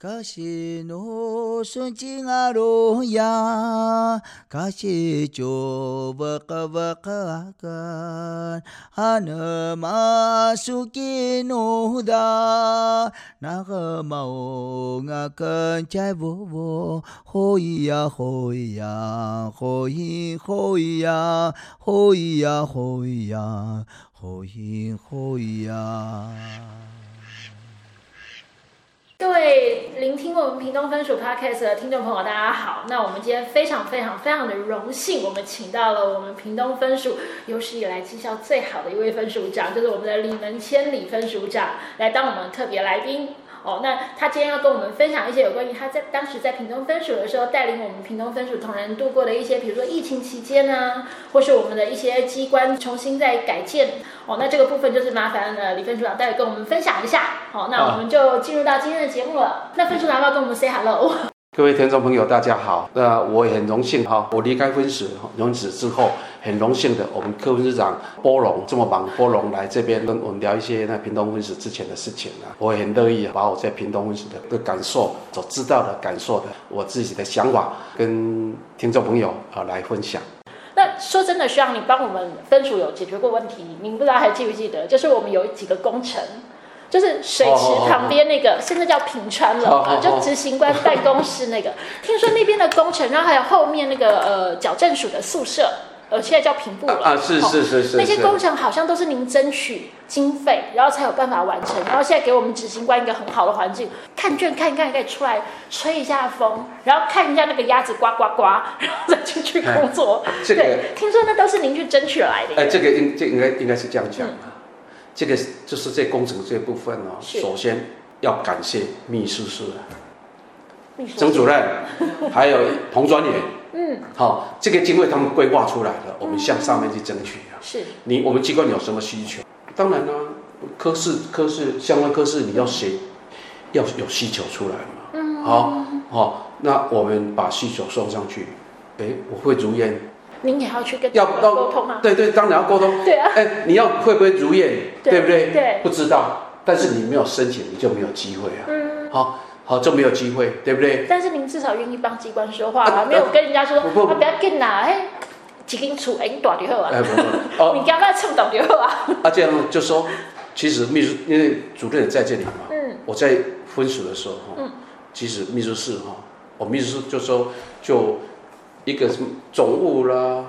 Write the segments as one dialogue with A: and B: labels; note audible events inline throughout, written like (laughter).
A: かしのすちがろやかしちょばかばかかはなますきのだながまおがかんちゃいぼぼほいやほいやほいほいやほいやほいやほいほいや
B: 各位聆听我们屏东分署 podcast 的听众朋友，大家好。那我们今天非常非常非常的荣幸，我们请到了我们屏东分署有史以来绩效最好的一位分署长，就是我们的李门千里分署长，来当我们特别来宾。哦，那他今天要跟我们分享一些有关于他在当时在屏东分署的时候，带领我们屏东分署同仁度过的一些，比如说疫情期间呢、或是我们的一些机关重新在改建。哦，那这个部分就是麻烦呃李分署长待会跟我们分享一下。好、那我们就进入到今天的节目了。那分署长要不要跟我们 say hello？ (laughs)
C: 各位听众朋友，大家好。那我也很荣幸哈，我离开分署分署之后，很荣幸的，我们柯分署长波龙这么忙，波龙来这边跟我们聊一些那屏东分署之前的事情啊，我也很乐意把我在屏东分署的的感受、所知道的感受的，我自己的想法跟听众朋友啊来分享。
B: 那说真的，需要你帮我们分署有解决过问题，您不知道还记不记得？就是我们有几个工程，就是水池旁边那个，现在叫平川了
C: 哦
B: 嘛，
C: 哦哦
B: 就执行官办公室那个。听说那边的工程，然后还有后面那个呃矫正署的宿舍，呃，现在叫平部了
C: 啊，是
B: 哦
C: 是是是，
B: 那些
C: 是
B: 工程好像都是您争取经费，然后才有办法完成。然后现在给我们执行官一个很好的环境，看卷看一看，可以出来吹一下风，然后看一下那个鸭子呱呱呱，然后再进去工作。
C: 哎这个
B: 对，听说那都是您去争取来的。
C: 哎，这个应这应该应该是这样讲啊，这个就是在工程这部分哦，
B: 是
C: 首先要感谢秘书室啊。
B: 秘书
C: 曾
B: (laughs)
C: 主任，还有彭专员，
B: 嗯，
C: 好、这个经费他们规划出来了，我们向上面去争取啊。
B: 是
C: 你我们机关有什么需求？当然啦、科室科室相关科室你要谁要有需求出来嘛？嗯，好、好、那我们把需求送上去，哎，我会如愿，
B: 您也要去跟
C: 要
B: 他们
C: 要
B: 沟通啊。
C: 对对，当然要沟通。
B: 对啊，
C: 哎，你要会不会如愿，
B: 对
C: 对不对？
B: 对
C: 不知道，但是你没有申请，你就没有机会啊。嗯，好、好就没有机会，对不对？
B: 但是您至少愿意帮机关说话
C: 啊
B: 吧，
C: 啊
B: 没有跟人家说
C: 不不不
B: 啊不要紧啦，哎，几根厝哎你大就好啊，
C: 哎，不不哦，
B: 你刚刚蹭到就好啊。
C: 啊，这样就说，其实秘书因为主任也在这里嘛，
B: 嗯，
C: 我在分署的时候，哈，其实秘书室哈，我秘书室就说就一个什么总务啦、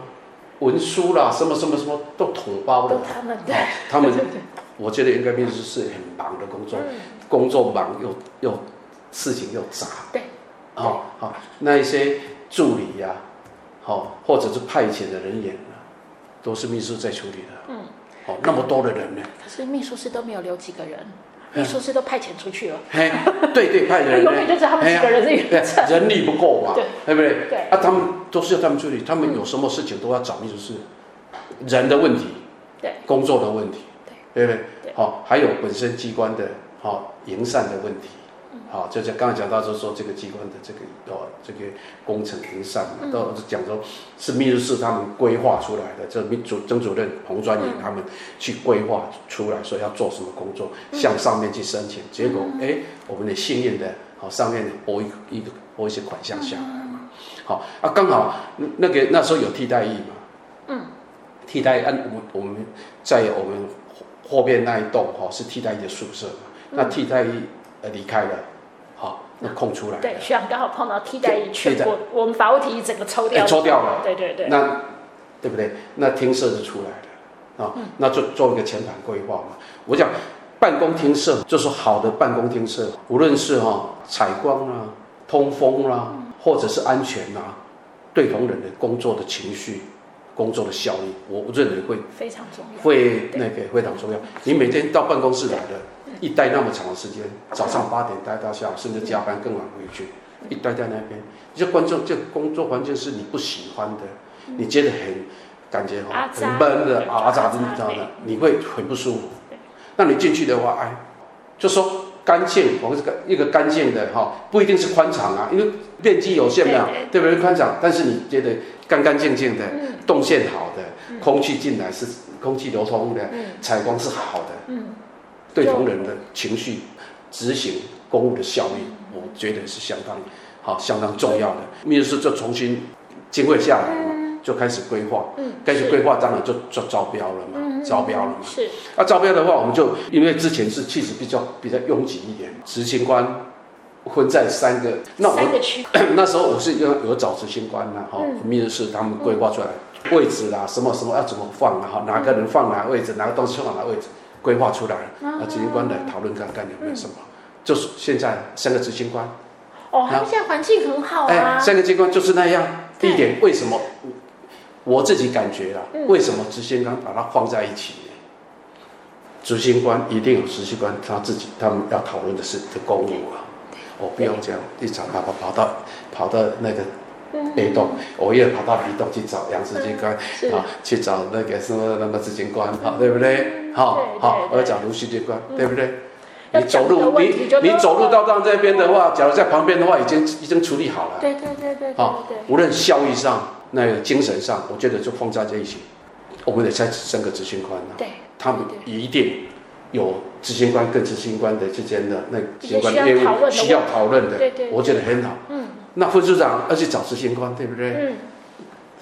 C: 文书啦，什么什么什么都统包了
B: 都，他们 (laughs) 对
C: 哦，他
B: (laughs)
C: 们，我觉得应该秘书室很忙的工作，工作忙又又事情又杂，
B: 对，
C: 哦，好、那一些助理呀、好、或者是派遣的人员啊，都是秘书在处理的，嗯，哦，那么多的人呢，
B: 可是秘书室都没有留几个人，秘书室都派遣出去了，
C: 嘿，对嗯对，派人
B: (laughs) 永
C: 呢
B: 远就只有他们几个人在
C: 对啊人力不够嘛，
B: 对
C: 不对？
B: 对
C: 啊，他们都是要他们处理，他们有什么事情都要找秘书室，人的问题，
B: 对，
C: 工作的问题，对不
B: 对
C: 对？好、还有本身机关的好、营善的问题，
B: 嗯
C: 好、就像刚才讲到，就是说这个机关的这个哦，这个工程营善嘛，
B: 嗯
C: 都是讲说是秘书室他们规划出来的，这秘主曾主任、彭专
B: 嗯
C: 员他们去规划出来，说要做什么工作，
B: 嗯
C: 向上面去申请，结果哎、我们的幸运的，好、上面拨一一个拨一些款项
B: 嗯
C: 下来嘛，好、啊，刚好那个那时候有替代役嘛，
B: 嗯
C: 替代按我们我们在我们后后面那一栋哈、是替代役的宿舍嘛，
B: 嗯
C: 那替代役呃离开了，好、那空出来了哎
B: 对，，徐阳刚好碰到替代役全
C: 替代
B: 国，我们法务体系整个抽掉
C: 哎
B: 了，
C: 抽掉了
B: 对对对，
C: 那对不对？那厅舍就出来了
B: 嗯
C: 啊、那就做一个前盘规划嘛。我讲办公厅舍就是好的办公厅舍，无论是哈、采光啊、通风啦、
B: 嗯
C: 或者是安全啊，对同仁的工作的情绪、工作的效率，我认为会
B: 非常重要。
C: 会那个非常重要。你每天到办公室来的，一待那么长的时间，早上八点待到下午，甚至加班更晚回去，一待在那边，这观众这工作环境是你不喜欢的，你觉得很感觉
B: 嗯阿
C: 哈
B: 杂
C: 很闷的
B: 对
C: 啊咋怎
B: 阿
C: 么
B: 杂
C: 着
B: 对
C: 的，你会很不舒服。那你进去的话，哎，就说干净，我们这个一个干净的哈，不一定是宽敞啊，因为面积有限嘛，对不对？宽敞，但是你觉得干干净净的，动线好
B: 嗯
C: 的，空气进来是空气流通的，采光
B: 嗯
C: 是
B: 嗯
C: 好的，对同仁的情绪、执行公务的效率，我觉得是相当好、相当重要的。秘书就重新经会下来嘛，就开始规划，
B: 嗯，
C: 开始
B: 是
C: 规划，当然就就招标了
B: 嗯
C: 嘛，招标了嘛。
B: 是
C: 啊，招标的话，我们就因为之前是气实比较比较拥挤一点，执行官分在三个，那我
B: 三个区，
C: (clears throat) 那时候我是有有找执行官啦，哈、
B: 嗯
C: 密室是他们规划出来、位置啦，什么什么要怎么放啦，哈，哪个人放哪个位置，哪个东西放哪个位置，规划出来了，
B: 啊
C: 那执行官来讨论看看有没有什么。就是现在三个执行官，
B: 哦，他们现在环境很好啊，
C: 哎三个机关就是那样。
B: 对
C: 地点为什么？我自己感觉啦，
B: 嗯
C: 为什么执行官把它放在一起呢？执行官一定有执行官他自己他们要讨论的是的公务啊，我不用这样一找他跑跑到跑到那个
B: 嗯
C: A 栋，我也跑到 B 栋去找杨执行官
B: 是
C: 啊，去找那个什么那个执行官啊，对不对？好
B: 嗯对
C: 好，
B: 对嗯
C: 我要找卢书记官，对不对？
B: 要
C: 你走
B: 找的
C: 路，
B: 问
C: 你
B: 题就都
C: 你走路到到这边的话，假如在旁边的话，已经已经处理好了。
B: 对对对对对
C: 好
B: 对，
C: 无论效益上、那个精神上，我觉得就放在这一起。我们得再升个执行官啊，
B: 对，
C: 他们一定有执行官跟执行官的之间的那个执行官
B: 也需要
C: 业
B: 讨论
C: 务
B: 的
C: 需要讨论的，
B: 对对对
C: 我觉得很好。
B: 嗯
C: 那副处长要去找执行官，对不对？
B: 嗯，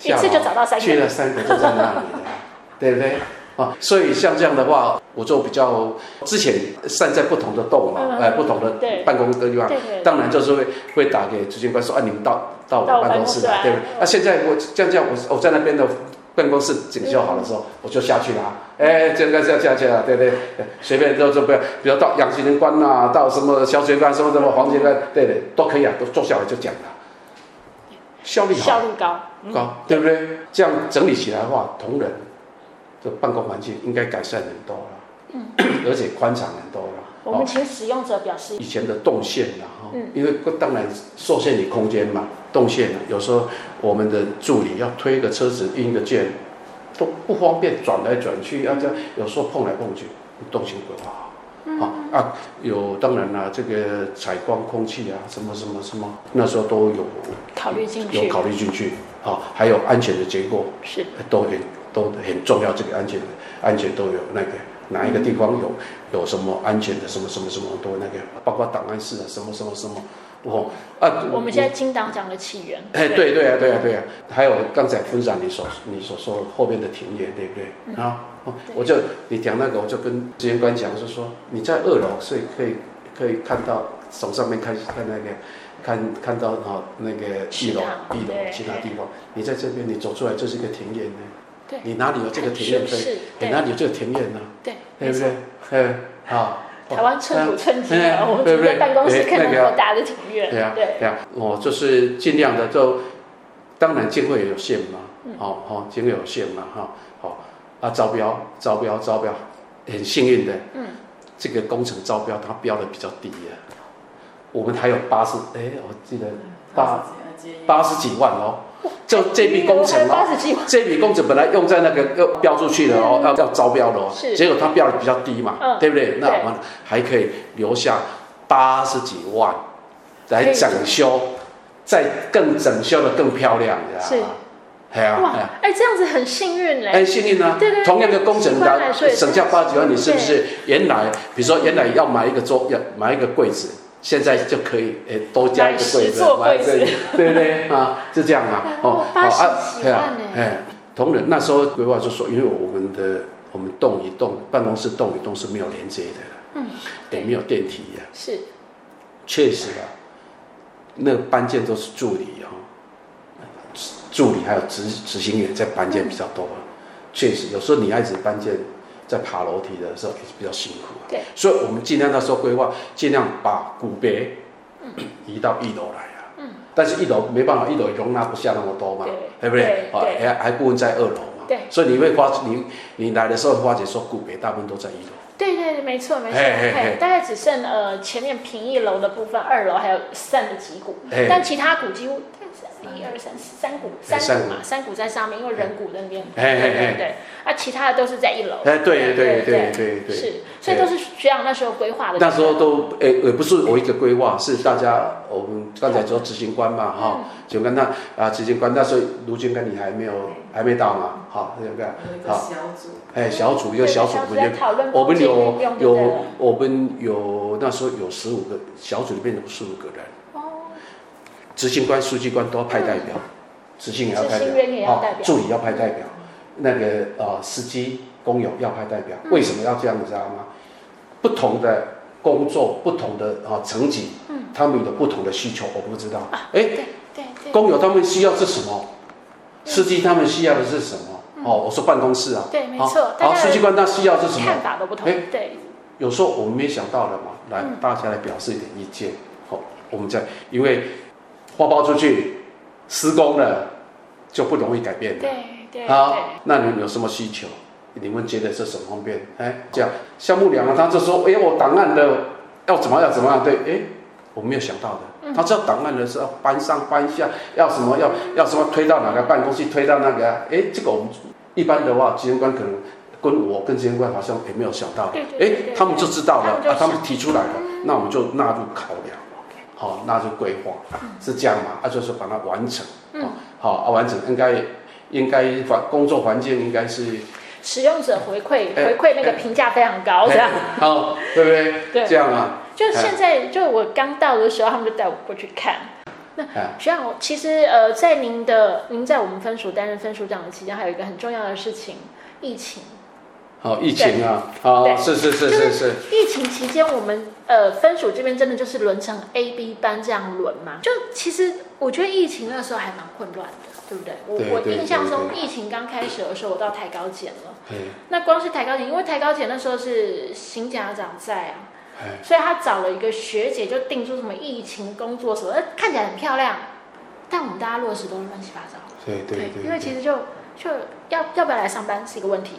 B: 一
C: 下
B: 次就找到三
C: 去
B: 个，
C: 了三个就在那里了， (laughs) 对不对？啊，所以像这样的话，我就比较之前散在不同的洞嘛，
B: 嗯
C: 呃，不同的
B: 对
C: 办公的地方
B: 对，对对，
C: 当然就是会会打给执行官说啊，你们到到我
B: 到我
C: 办公室来，
B: 办公室来
C: 对不对？啊，现在我这样这样，我我在那边的办公室整修好的
B: 嗯
C: 时候，我就下去啦。哎，这个这样这样这样，对不对？随便都就不要，比如到养殖官呐、到什么小水官、什么什么黄金官，对对，都可以啊，都坐下来就讲了，效率好啊
B: 效率高，
C: 高，对不对？这样整理起来的话，同仁的办公环境应该改善很多了， (clears throat) 而且宽敞很多了。
B: 嗯
C: 哦
B: 我们请使用者表示，
C: 以前的动线啦，哈、
B: 嗯
C: 因为当然受限你空间嘛，动线啊，有时候我们的助理要推一个车子印一个件，都不方便转来转去，啊要这样有时候碰来碰去，动线规划好。
B: 嗯
C: 啊啊，有当然啦、这个采光、空气啊，什么什么什么，那时候都有
B: 考虑进
C: 有
B: 去，
C: 考虑进去，好、还有安全的结构
B: 是
C: 都很都很重要，这个安全安全都有那个哪一个地方有有什么安全的什么什么什么都那个，包括档案室啊什么什么什么哦啊，
B: 我们现在金党奖的起源，
C: 哎，对对啊，对啊，对啊，还有刚才分享你所你所说的后面的庭院，对不对？啊、哦
B: 嗯对
C: 我就你讲那个，我就跟执行官讲，就说你在二楼，所以可以可以看到从上面看看那个看看到哦那个一
B: 食
C: 楼
B: 堂
C: 一楼
B: 对
C: 其他地方，你在这边你走出来就是一个庭院呢，
B: 对，
C: 你哪里有这个庭院
B: 是
C: 可以？
B: 是，
C: 你
B: 对
C: 哪里有这个庭院呢？
B: 对，
C: 对
B: 没
C: 不
B: 错
C: 对。？哎，好，
B: 台湾寸土寸金
C: 哎
B: 啊，我们
C: 对
B: 除
C: 不
B: 了
C: 对
B: 办公室
C: 哎
B: 看到
C: 那
B: 那
C: 个
B: 么大的庭院，
C: 对啊，
B: 对，
C: 对啊，我就是尽量的就，当然经费有限嘛，好、好、经费有限嘛，哈、好、啊，招标，招标，招标，很幸运的，
B: 嗯，
C: 这个工程招标它标的比较低啊，我们还有八十，哎，我记得八八十几万哦，就这笔工程哦，
B: 八十 (laughs) 几万，
C: 这笔工程本来用在那个要标出去的哦，要要招标的哦
B: 嗯是，
C: 结果它标的比较低嘛，
B: 嗯
C: 对不对
B: 对？
C: 那我们还可以留下八十几万来整修，再更整修的更漂亮，你知道吗？哎呀，哎
B: 哇
C: 呀，
B: 哎，这样子很幸运嘞，
C: 哎，幸运啊
B: 对对对！
C: 同样的工程
B: 习惯来说也是
C: 省下八十几万，你是不是原来比如说原来要买一个桌，要买一个柜子？现在就可以诶，多加一个柜
B: 买十
C: 子
B: 座，柜
C: 买一个
B: 子
C: 柜子， (laughs) 对不对啊？就这样啊，哦，
B: 八
C: 好
B: 十
C: 啊，
B: 几
C: 对啊
B: 万，呢，
C: 哎，同仁那时候规划就说，因为我们的我们栋与栋办公室栋与栋是没有连接的，
B: 嗯，
C: 也没有电梯啊呀、
B: 是
C: 确实啊，那个搬件都是助理哦，助理还有执执行员在搬件比较多啊。确实，有时候女孩子搬件在爬楼梯的时候也是比较辛苦、啊。
B: 对，
C: 所以我们尽量那时候规划，尽量把古别移到一楼来啊。嗯。但是一楼没办法，一楼容纳不下那么多嘛，
B: 对
C: 对不对？
B: 对
C: 啊
B: 对
C: 还还不问在二楼嘛。
B: 对
C: 所以你会发，你你来的时候发觉说，古别大部分都在一楼。
B: 对对对，没错没错，
C: 嘿嘿
B: 嘿
C: 嘿
B: 大概只剩呃前面平一楼的部分，二楼还有散的几股
C: 嘿，
B: 但其他股几乎。一二三四三股，
C: 哎
B: 三
C: 三
B: 股
C: 股
B: 嘛，三股在上面，因为人股那边，
C: 哎哎
B: 对对
C: 哎
B: 对，啊，其他的都是在一楼。
C: 哎对对对对对
B: 是，所以都是学长那时候规划的。
C: 那时候都诶、也不是我一个规划，是大家我们刚才说执行官嘛哈，就跟他啊执行官那时候卢俊跟你还没有还没到嘛，好那个
D: 有一个
C: 好
D: 小组，
C: 哎小组一个小组
B: 对
C: 我
B: 在
C: 们
B: 讨论
C: 我们
B: 空间
C: 有
B: 运用就对
C: 有
B: 了
C: 我们有那时候有十五个小组里面有十五个人，
B: 哦，
C: 执行官、书记官都要派代表，执行也要派
B: 嗯执行员也
C: 代
B: 要
C: 表，哦
B: 代表
C: 助理要派代表，那个呃司机、工友要派代表。
B: 嗯
C: 为什么要这样，你知道吗？不同的工作、不同的啊、层级，
B: 嗯
C: 他们有不同的需求，我不知道。哎、
B: 对对对，
C: 工友他们需要是什么？司机他们需要的是什么？哦，我说办公室啊，
B: 嗯对没
C: 好
B: 错大
C: 好，
B: 家
C: 书记官他需要是什么？
B: 看法都不同，
C: 哎
B: 对，
C: 有时候我们没想到的嘛，来大家来表示一点意见。好、我们在因为画包出去施工了，就不容易改变了。
B: 对对
C: 好
B: 对，，
C: 那你们有什么需求？你们觉得是什么方面？哎，这样项目两啊，他就说，哎，我档案的要怎么样怎么样？对，哎，我没有想到
B: 嗯
C: 的，他知道档案的是要搬上搬下，要什么要要什么推到哪个办公室，推到那个啊，哎，这个我们一般的话，执行官可能跟我跟执行官好像也没有想到的
B: 对对，对对
C: 哎，他们就知道了
B: 他们就
C: 啊，他们
B: 想嗯
C: 提出来了，那我们就纳入考量。好，纳入规划是这样嘛？啊，就是把它完成，
B: 嗯
C: 好啊，完成应该应该环工作环境应该是 (laughs)
B: 使用者回馈
C: 哎
B: 回馈那个评价非常高，这样。
C: 好，对不对？
B: 对
C: 这样啊，
B: 就现在，就我刚到的时候，他们就带我过去看。那
C: 哎
B: 学长，其实呃，在您的您在我们分署担任分署长的期间，还有一个很重要的事情，疫情。
C: 好疫情啊，好
B: 对
C: 是是是是是，
B: 疫情期间，我们呃分署这边真的就是轮成 A、B 班这样轮嘛？就其实我觉得疫情那时候还蛮混乱的，对不对？我
C: 对
B: 我
C: 对
B: 印象
C: 对
B: 中
C: 对
B: 疫情刚开始的时候，我到台高检了。
C: 哎
B: 那光是台高检，因为台高检那时候是新家长在啊，
C: 哎
B: 所以他找了一个学姐，就定出什么疫情工作什么，呃看起来很漂亮，但我们大家落实都是乱七八糟。
C: 对对对，
B: 因为其
C: 实
B: 实就就要要不要来上班是一个问题，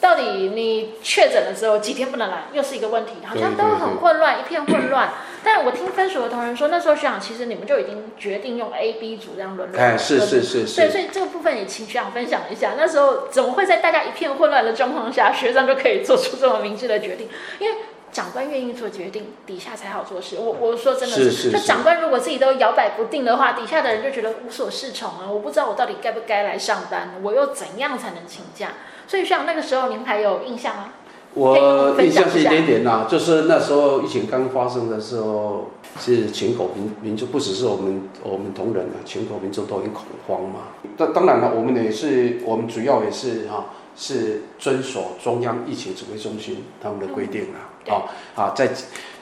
B: 到底你确诊了之后几天不能来又是一个问题，好像都
C: 对对
B: 很混乱，一片混乱。但我听分署的同仁说，那时候学长其实你们就已经决定用 A、B 组这样轮流。
C: 哎是是是
B: 对，
C: 是，
B: 所以这个部分也请学长分享一下，那时候怎么会在大家一片混乱的状况下， (laughs) 学长就可以做出这么明智的决定？因为长官愿意做决定，底下才好做事。我我说真的
C: 是是
B: 就是长官如果自己都摇摆不定的话，底下的人就觉得无所适从啊，我不知道我到底该不该来上班，我又怎样才能请假？所以学长那个时候您还有印象吗？
C: 我
B: 哎可以跟我们分
C: 印
B: 享
C: 象
B: 一下
C: 是一点点啦、就是那时候疫情刚发生的时候，是全国民民众不只是我们我们同仁啊，全国民众都很恐慌嘛。当当然了，我们也是我们主要也是啊哈、是遵守中央疫情指挥中心他们的规定啦、啊，啊啊在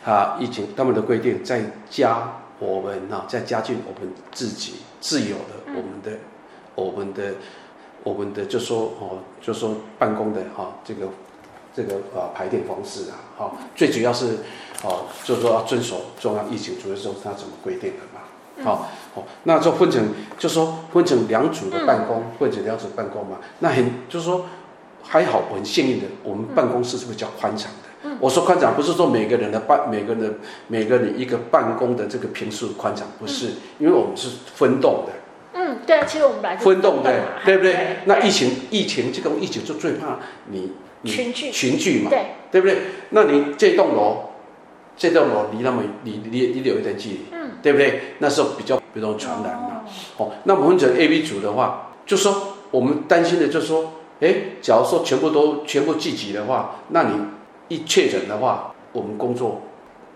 C: 啊疫情他们的规定再加我们啊再加进我们自己自有的我们的、我们的我们的就说哦就说办公的哈、这个这个呃排定方式啊，好、最主要是哦，就是说要遵守中央疫情主要是它怎么规定的嘛，好、好、那就分成就说分成两组的办公，分成两组办公嘛，那很就是说还好，我很幸运的，我们办公室是比较宽敞的。我说宽敞不是说每个人的办每个人的每个人一个办公的这个平数宽敞，不是，因为我们是分栋的。
B: 嗯，对啊，其实我们本来就是
C: 分动的
B: 嘛，
C: 对不 (laughs) 对？那疫情，疫情这个疫情就最怕你你
B: 群聚
C: 群聚嘛，
B: 对
C: 对不对？那你这栋楼，这栋楼离那么离离离有一点距离，
B: 嗯，
C: 对不对？那时候比较比较传染嘛。哦，那我们整 A、B 组的话，就说我们担心的就是说，哎，假如说全部都全部聚集的话，那你一确诊的话，我们工作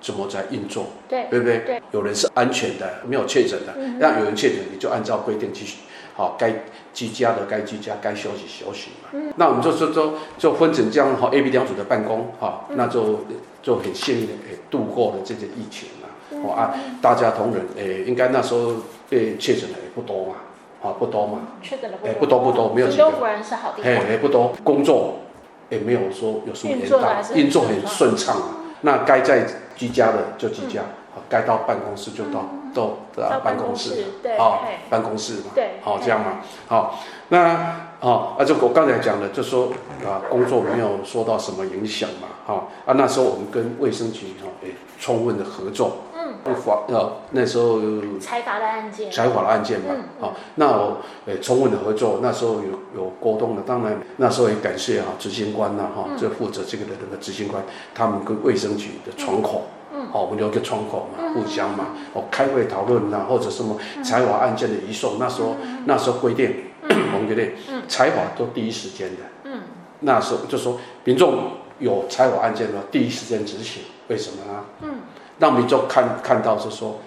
C: 怎么在运作？
B: 对
C: 对不对？
B: 对
C: 有人是安全的，没有确诊的，那有人确诊，你就按照规定去，好，该居家的该居家，该休息休息嘛。那我们就说说就分成这样好 A、B 两组的办公哈，那就就很幸运的诶度过了这件疫情了。哦啊，大家同仁诶，应该那时候被确诊的也不多嘛，啊不多嘛，
B: 确诊的
C: 哎不多不多没有几个
B: 福州果然是好地
C: 嘿
B: 方，
C: 也不多，工作也没有说有什么
B: 运
C: 严
B: 作的还
C: 大
B: 是，很
C: 运作很顺畅啊。那该在居家的就居家，好该到办公室就到到
B: 嗯到
C: 到
B: 办
C: 办
B: 公
C: 公
B: 室
C: 室啊嘛，
B: 对
C: 好
B: 嘿
C: 办公室嘛，
B: 对
C: 好
B: 嘿
C: 这样嘛，好那好啊，就我刚才讲的，就说啊工作没有受到什么影响嘛，哈啊那时候我们跟卫生局哈也充分的合作，嗯法呃那时候有
B: 财嗯阀的案件，
C: 财阀的案件嘛，
B: 嗯
C: 好、那我呃充分的合作，那时候有有沟通的，当然那时候也感谢哈、执行官呐、哈、这负责这个的那个执行官，他们跟卫生局的窗口，嗯，好、我们有一个窗口嘛，互相嘛，哦，开会讨论呐，或者什么财阀案件的移送，那时候、那时候规定，我们规定，财阀都第一时间的，嗯，那时候就说民众有财阀案件的第一时间执行，为什么呢？嗯，让民众看看到是说。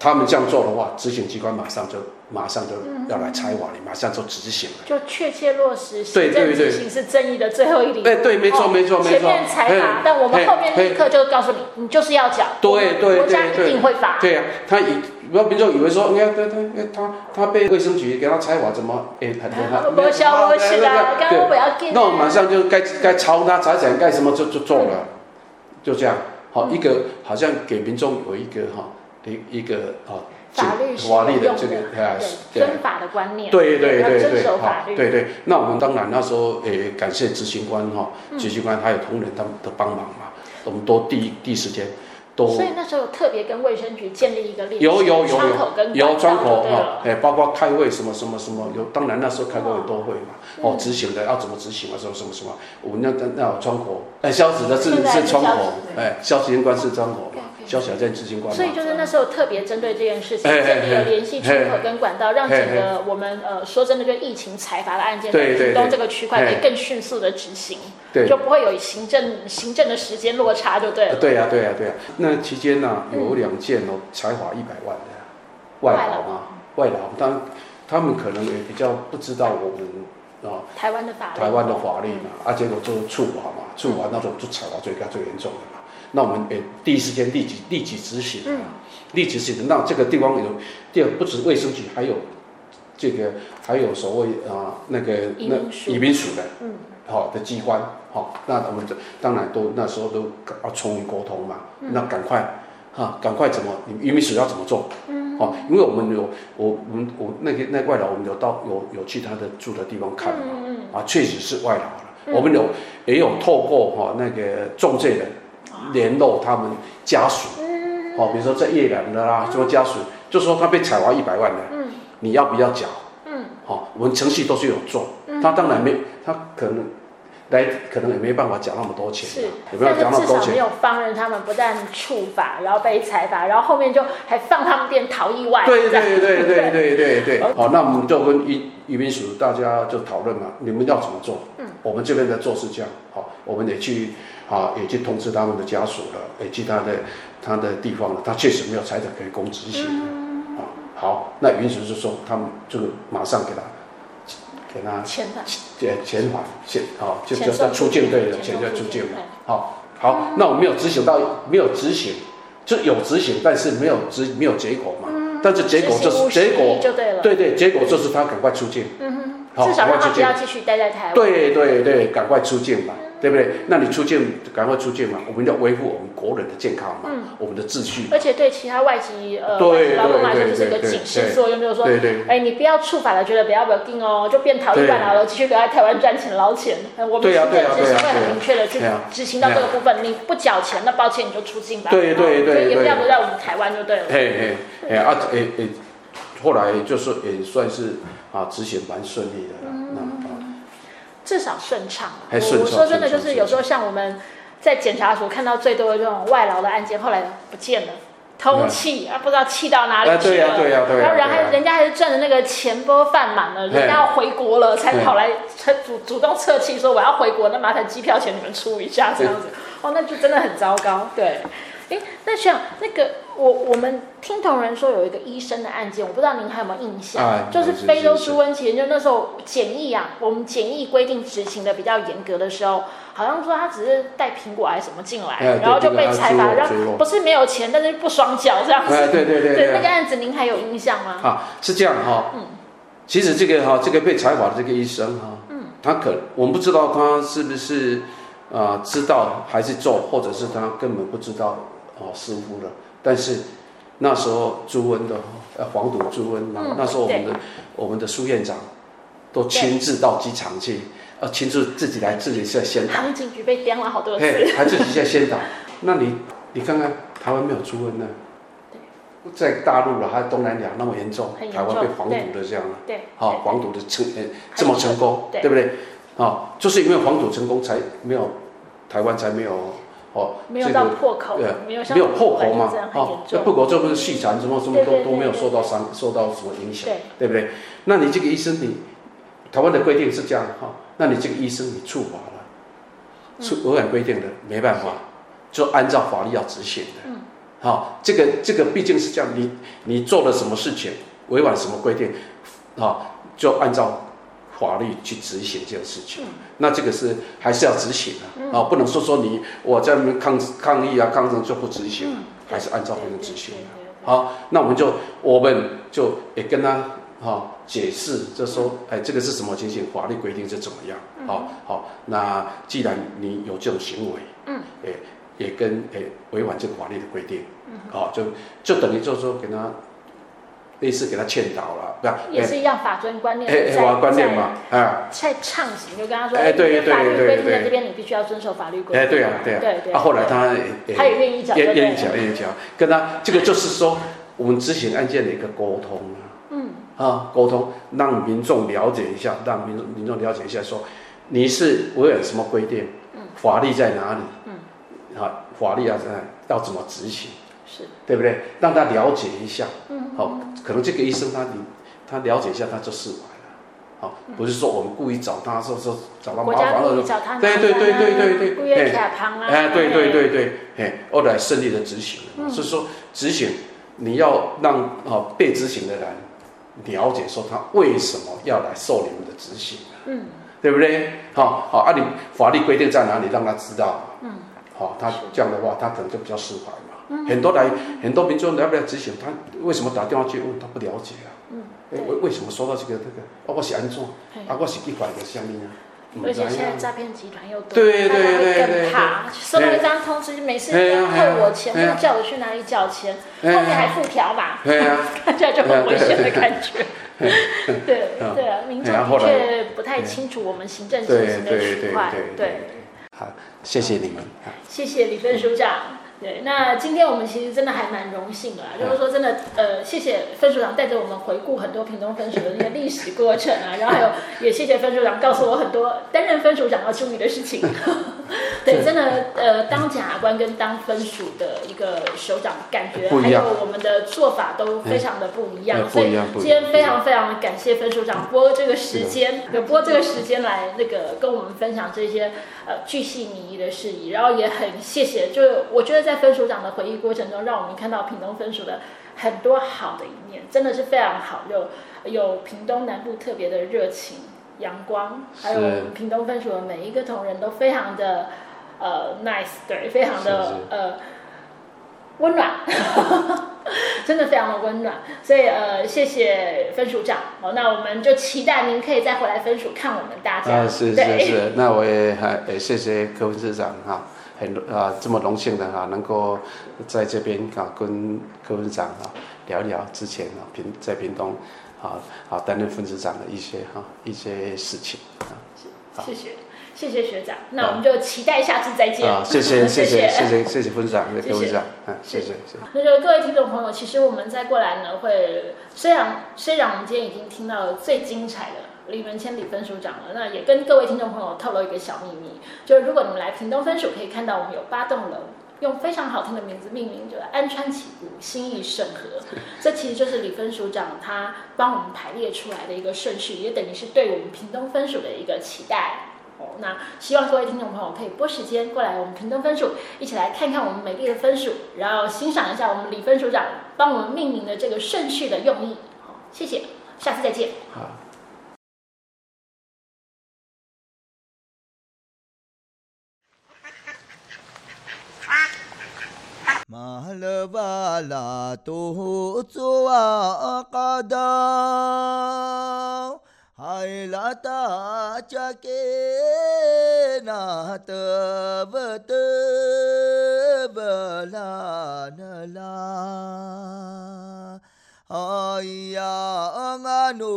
C: 他们这样做的话，执行机关马上就马上就要来拆瓦你，马上就执行了。
B: 就确切落实
C: 对
B: 行
C: 对
B: 政
C: 对
B: 执行是正义的最后一里路。
C: 哎，对，没错，
B: 哦
C: 没错，没
B: 前
C: 错
B: 面。财
C: 哎
B: 阀，但我们后面
C: 嘿
B: 立刻就告诉你，你就是要缴，
C: 对
B: 我们
C: 对
B: 国家
C: 对对
B: 一定会罚。
C: 对呀、啊他以不要民众以为说，你看他他他他被卫生局给他拆瓦，怎么哎很很好？
B: 没消没事啦，刚刚我要给。
C: 那我马上就该该抄他财产干什么就就做了，
B: 嗯
C: 就这样。好，一个好像给民众有一个哈一一个啊
B: 法律是
C: 法律的这个
B: 有用的
C: 哎
B: 对
C: 对
B: 遵法的观念，
C: 对对
B: 要
C: 对
B: 遵
C: 对，
B: 守
C: 好
B: 法，律。
C: 对对。那我们当然那时候诶，感谢执行官哈，执行官还有同仁他们的帮忙嘛，我们都第一第一时间都
B: 所以那时候有特别跟卫生局建立一个立
C: 有有有
B: 窗口跟
C: 有有窗口
B: 对
C: 哈
B: 了，，
C: 哎，包括开会什么什么什么，有当然那时候开过很多会嘛，
B: 嗯
C: 哦，执行的要怎么执行啊，什么什么什么，我们那那那有窗口，哎，消职的是
B: 现在是
C: 是窗
B: 消
C: 口
B: 职，
C: 哎，消执行官是窗口嘛
B: OK，OK，
C: 消小镇执行官嘛
B: 所，以就是那时候特别针对这件事情，
C: 嘿嘿嘿
B: 建立了联系窗口跟管道，让整个我们呃说真的，就疫情财阀的案件在
C: 对对
B: 屏东
C: 对
B: 这个区块可以
C: 嘿
B: 更迅速的执行，
C: 对。
B: 就不会有行政行政的时间落差，就对嗯
C: 呃
B: 了。
C: 对呀、对呀、对呀、那期间呢、有两件哦，才华一百万的啊、外劳嘛，外劳，当然他们可能也比较不知道我们啊、
B: 台湾的法律，
C: 台湾的法律嘛，啊，结果就是处罚嘛，处罚那种就采罚最高最严重的嘛。那我们也第一时间立即立即执行
B: 嗯
C: 啊，立即执行。那这个地方有，第二不止卫生局，还有这个还有所谓啊、那个
B: 移
C: 那
B: 民署
C: 移民署的，
B: 嗯，
C: 好、的机关，好、那我们就当然都那时候都要充分沟通嘛，那赶快哈，赶快怎么你移民署要怎么做？嗯，好、因为我们有我我们我那个那外劳，我们有到有有去他的住的地方看嘛，
B: 嗯
C: 啊，确实是外劳了。我们有也有透过哈、那个中介人
B: 啊
C: 联络他们家属，
B: 嗯
C: 哦，比如说在越南的啦，说家属就说他被采完一百万的，
B: 嗯
C: 你要不要缴？嗯，好、我们程序都是有做，
B: 嗯
C: 他当然没，他可能来可能也没办法缴那么多钱、
B: 是
C: 啊，，也没有
B: 但是
C: 缴那么
B: 至
C: 多
B: 少没
C: 钱。
B: 有放任他们不但触法，然后被裁罚，然后后面就还放他们店逃逸外，
C: 对
B: 这样。
C: 对对对
B: 哦
C: 对对对，好，那我们就跟移移民署大家就讨论嘛，你们要怎么做？嗯，我们这边的做是这样，好，我们也去啊，也去通知他们的家属了，也去他的他的地方了，他确实没有财产可以供执行的，
B: 嗯
C: 啊，好，那移民署就说他们就马上给他给他
B: 遣返，
C: 遣遣返遣好，就
B: 遣
C: 就
B: 送
C: 在出境对的，
B: 遣
C: 遣
B: 送
C: 在
B: 出
C: 出境
B: 境
C: 嘛。好，好，那我没有执行到，没有执行，就有执行，但是没有执没有结果嘛。但是结果
B: 嗯执
C: 就
B: 行
C: 是
B: 无实
C: 结果
B: 力，就对了，
C: 对对，结果就是他赶快出境，
B: 嗯
C: 好
B: 哼，至少让
C: 我
B: 他
C: 要
B: 不
C: 去见
B: 要继续待在台湾，
C: 对对对，赶快出境嘛，对不对？那你出境赶快出境嘛，我们要维护我们国人的健康嘛，我们的秩序。
B: 嗯而且对其他外籍呃
C: 对
B: 外籍劳工
C: 对
B: 来说，
C: 对
B: 就是一个
C: 对
B: 警示
C: 对
B: 作用，就是说，
C: 对对
B: 哎，你不要触法了，觉得不要不要定哦，就变逃逸
C: 对
B: 乱了，继续留在台湾赚钱捞钱。呃我们
C: 对
B: 行
C: 啊
B: 政
C: 对啊
B: 执行会
C: 对啊对
B: 很
C: 啊
B: 明确的去
C: 对啊
B: 执行到这
C: 对啊
B: 个部分，你不缴钱，那抱歉你就出境吧，
C: 对对对
B: 就也不
C: 对
B: 要留在我们台湾就对了。
C: 嘿嘿，哎啊哎哎，后来就是也算是啊执行蛮顺利的了，那
B: 嗯
C: 啊。
B: 至少顺畅啊。
C: 还顺
B: 我我
C: 畅
B: 说真的，就
C: 顺
B: 是
C: 畅
B: 有时候像我们在检察署看到最多的这种外劳的案件，后来不见了。通气啊，不知道气到哪里
C: 嗯啊
B: 去
C: 对
B: 了。
C: 啊对啊对啊
B: 然后人
C: 对啊嗯
B: 还人家还是赚的那个钱包饭满了，人
C: 嘿
B: 家要回国了，才
C: 嘿
B: 跑来才主主动撤气说我要回国，那麻烦机票钱你们出一下这样
C: 嗯
B: 子。哦，那就真的很糟糕。对，哎，那像那个我我们听同仁说有一个医生的案件，我不知道您还有没有印象，
C: 哎
B: 就是
C: 是
B: 非洲
C: 是是
B: 猪瘟期间，就那时候检疫啊，我们检疫规定执行的比较严格的时候，好像说他只是带苹果还是什么进来，
C: 哎对
B: 然后就被
C: 这个
B: 裁
C: 还
B: 罚，
C: 有
B: 然
C: 猪肉
B: 后不是没有钱，但是不双脚这样子。
C: 哎对对对对
B: 那个案子您还有印象吗？嗯
C: 啊，是这样哈、其实这个哈、这个被采访的这个医生哈、
B: 嗯
C: 他可我们不知道他是不是啊、知道还是做，或者是他根本不知道哦疏忽了。但是那时候朱温的呃黄赌朱温嘛，
B: 嗯
C: 那时候我们的我们的苏院长都亲自到机场去，呃亲自自己来自己在先
B: 航警局被刁了好多次， (laughs)
C: 嘿，他自己在先导。那你你看看台湾没有猪瘟呢、在大陆了，还有东南亚那么严重
B: 很，严
C: 台
B: 重
C: 湾被防堵的这样啊，
B: 对，
C: 好、防堵的成、呃这么成功，
B: 对
C: 对不对？啊、就是因为防堵成功，才没有台湾才没有哦，
B: 没有
C: 这
B: 到
C: 个
B: 破口，
C: 呃
B: 没有像
C: 没有破口
B: 国外
C: 嘛
B: 就这样，很
C: 哦
B: 严，
C: 那
B: 重。
C: 破口这不是细产什么什么
B: 对对
C: 都
B: 对
C: 都没有
B: 对
C: 受到伤，受到什么影响，
B: 对，
C: 对不对？那你这个医生你，台湾的规定是这样哈、那你这个医生你处罚了，处违反规定的没办法，就按照法律要执行的。好、这个这个毕竟是这样，你你做了什么事情，违反什么规定，啊、就按照法律去执行这个事情。那这个是还是要执行的啊、不能说说你我在那边抗抗议啊，抗争就不执行，还是按照法律执行的。好，那我们就我们就也跟他哈、解释，就说哎，这个是什么情形，法律规定是怎么样？好、
B: 嗯
C: 好、那既然你有这种行为，嗯，也也跟哎违反这个法律的规定，
B: 嗯
C: 好、就就等于就是说给他类似给他劝导了，不
B: 也
C: 哎
B: 是一样法尊观念，
C: 哎哎，
B: 在
C: 我观念嘛，啊。
B: 在畅行，就跟他说，
C: 哎对
B: 你的法律
C: 对对
B: 规定在
C: 对
B: 这边，你必须要遵守法律规定。
C: 哎，对啊，对啊，
B: 对对。
C: 啊，后来他也也
B: 他也愿意讲，
C: 也
B: 对
C: 愿意讲，愿意讲，跟他这个就是说，我们执行案件的一个沟通啊，嗯，啊，沟通让民众了解一下，让民众民众了解一下说，你是违反什么规定，
B: 嗯
C: 法律在哪里，嗯，啊，法律要在哪里要怎么执行，
B: 是
C: 对不对？让他了解一下，
B: 嗯，
C: 好、可能这个医生他你他了解一下他就释怀了，好、不是说我们故意找他说说找他麻
B: 嗯国家
C: 烦
B: 故
C: 了
B: 意。找他
C: 对对对对对对
B: 故意
C: 哎
B: 卡旁啊，
C: 哎，对对
B: 哎，
C: 对对，哎，后来顺利的执行了嘛，
B: 嗯
C: 所以说执行你要让啊、哦被执行的人了解说他为什么要来受你们的执行，
B: 嗯，
C: 对不对？好、好，啊，你法律规定在哪里，让他知道，嗯，好、他这样的话，他可能就比较释怀嘛。
B: 嗯
C: 很多来很多民众来不来执行，他为什么打电话去问，他不了解啊？嗯，为为什么收到这个这个？啊，我是安怎？
B: 嘿
C: 啊，我是去管的下面啊？不
B: 而
C: 知道
B: 且
C: 啊
B: 现在诈骗集团又多，
C: 对对
B: 大家会
C: 对
B: 更
C: 对
B: 怕，收到一张通知，每次
C: 哎呀哎呀
B: 扣我钱，
C: 哎
B: 或
C: 呀
B: 者叫我去哪里缴钱，后
C: 哎呀
B: 面还附条码，
C: 对啊。
B: 大家就很危险的感觉。对
C: 嗯
B: 对啊，民众
C: 然后
B: 的
C: 后
B: 确不太清楚我们行政执行的区块。对，
C: 好，谢谢你们。
B: 谢谢李分署长。对，那今天我们其实真的还蛮荣幸的啦，啊
C: 嗯
B: 就是说真的，呃，谢谢分署长带着我们回顾很多屏东分署的那个历史过程啊，然后还
C: (laughs)
B: 有也谢谢分署长告诉我很多担任分署长要注意的事
C: (laughs)
B: 情。对，真的，呃，当检察官跟当分署的一个首长，感觉
C: 不
B: 还
C: 一样
B: 有我们的做法都非常的不一
C: 哎
B: 样，
C: 不
B: 所以
C: 一样不一样
B: 今天非常非常的感谢分署长拨这个时间，有拨这个时间来那个跟我们分享这些呃巨细靡遗的事宜，然后也很谢谢，就是我觉得在分署长的回忆过程中，让我们看到屏东分署的很多好的一面，真的是非常好，有有屏东南部特别的热情、阳光，还有我们屏东分署的每一个同仁都非常的呃 nice，对，非常的
C: 是是
B: 呃温暖。真的非常的温暖，所以呃，谢谢分署长。好，那我们就期待您可以再回来分署看我们大家。
C: 啊，是
B: 对
C: 是是，那我也还也谢谢柯文市长哈、很啊这么荣幸的哈、能够在这边啊跟柯文长啊聊一聊之前啊平在屏东啊啊担任分市长的一些哈、一些事情啊。
B: (laughs) 谢谢，谢谢学长。那我们就期待下次再见。
C: 啊，谢
B: (laughs)
C: 谢谢
B: 谢
C: 谢谢谢谢谢分市长
B: 谢
C: 柯文市长，啊，谢谢谢谢。
B: 那就各位听众朋友，其实我们在过来呢，会虽然虽然我们今天已经听到了最精彩的李文谦李分署长了，那也跟各位听众朋友透露一个小秘密，就是如果你们来屏东分署，可以看到我们有八栋楼。用非常好听的名字命名，就是安川起步、心意盛和，这其实就是李分署长他帮我们排列出来的一个顺序，也等于是对我们屏东分署的一个期待。哦，那希望各位听众朋友可以拨时间过来我们屏东分署，一起来看看我们美丽的分署，然后欣赏一下我们李分署长帮我们命名的这个顺序的用意。好，谢谢，下次再见。
C: 好。
A: Malabala tu tua kadau Hai lata cake na te bete belana la Hai yang anu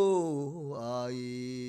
A: hai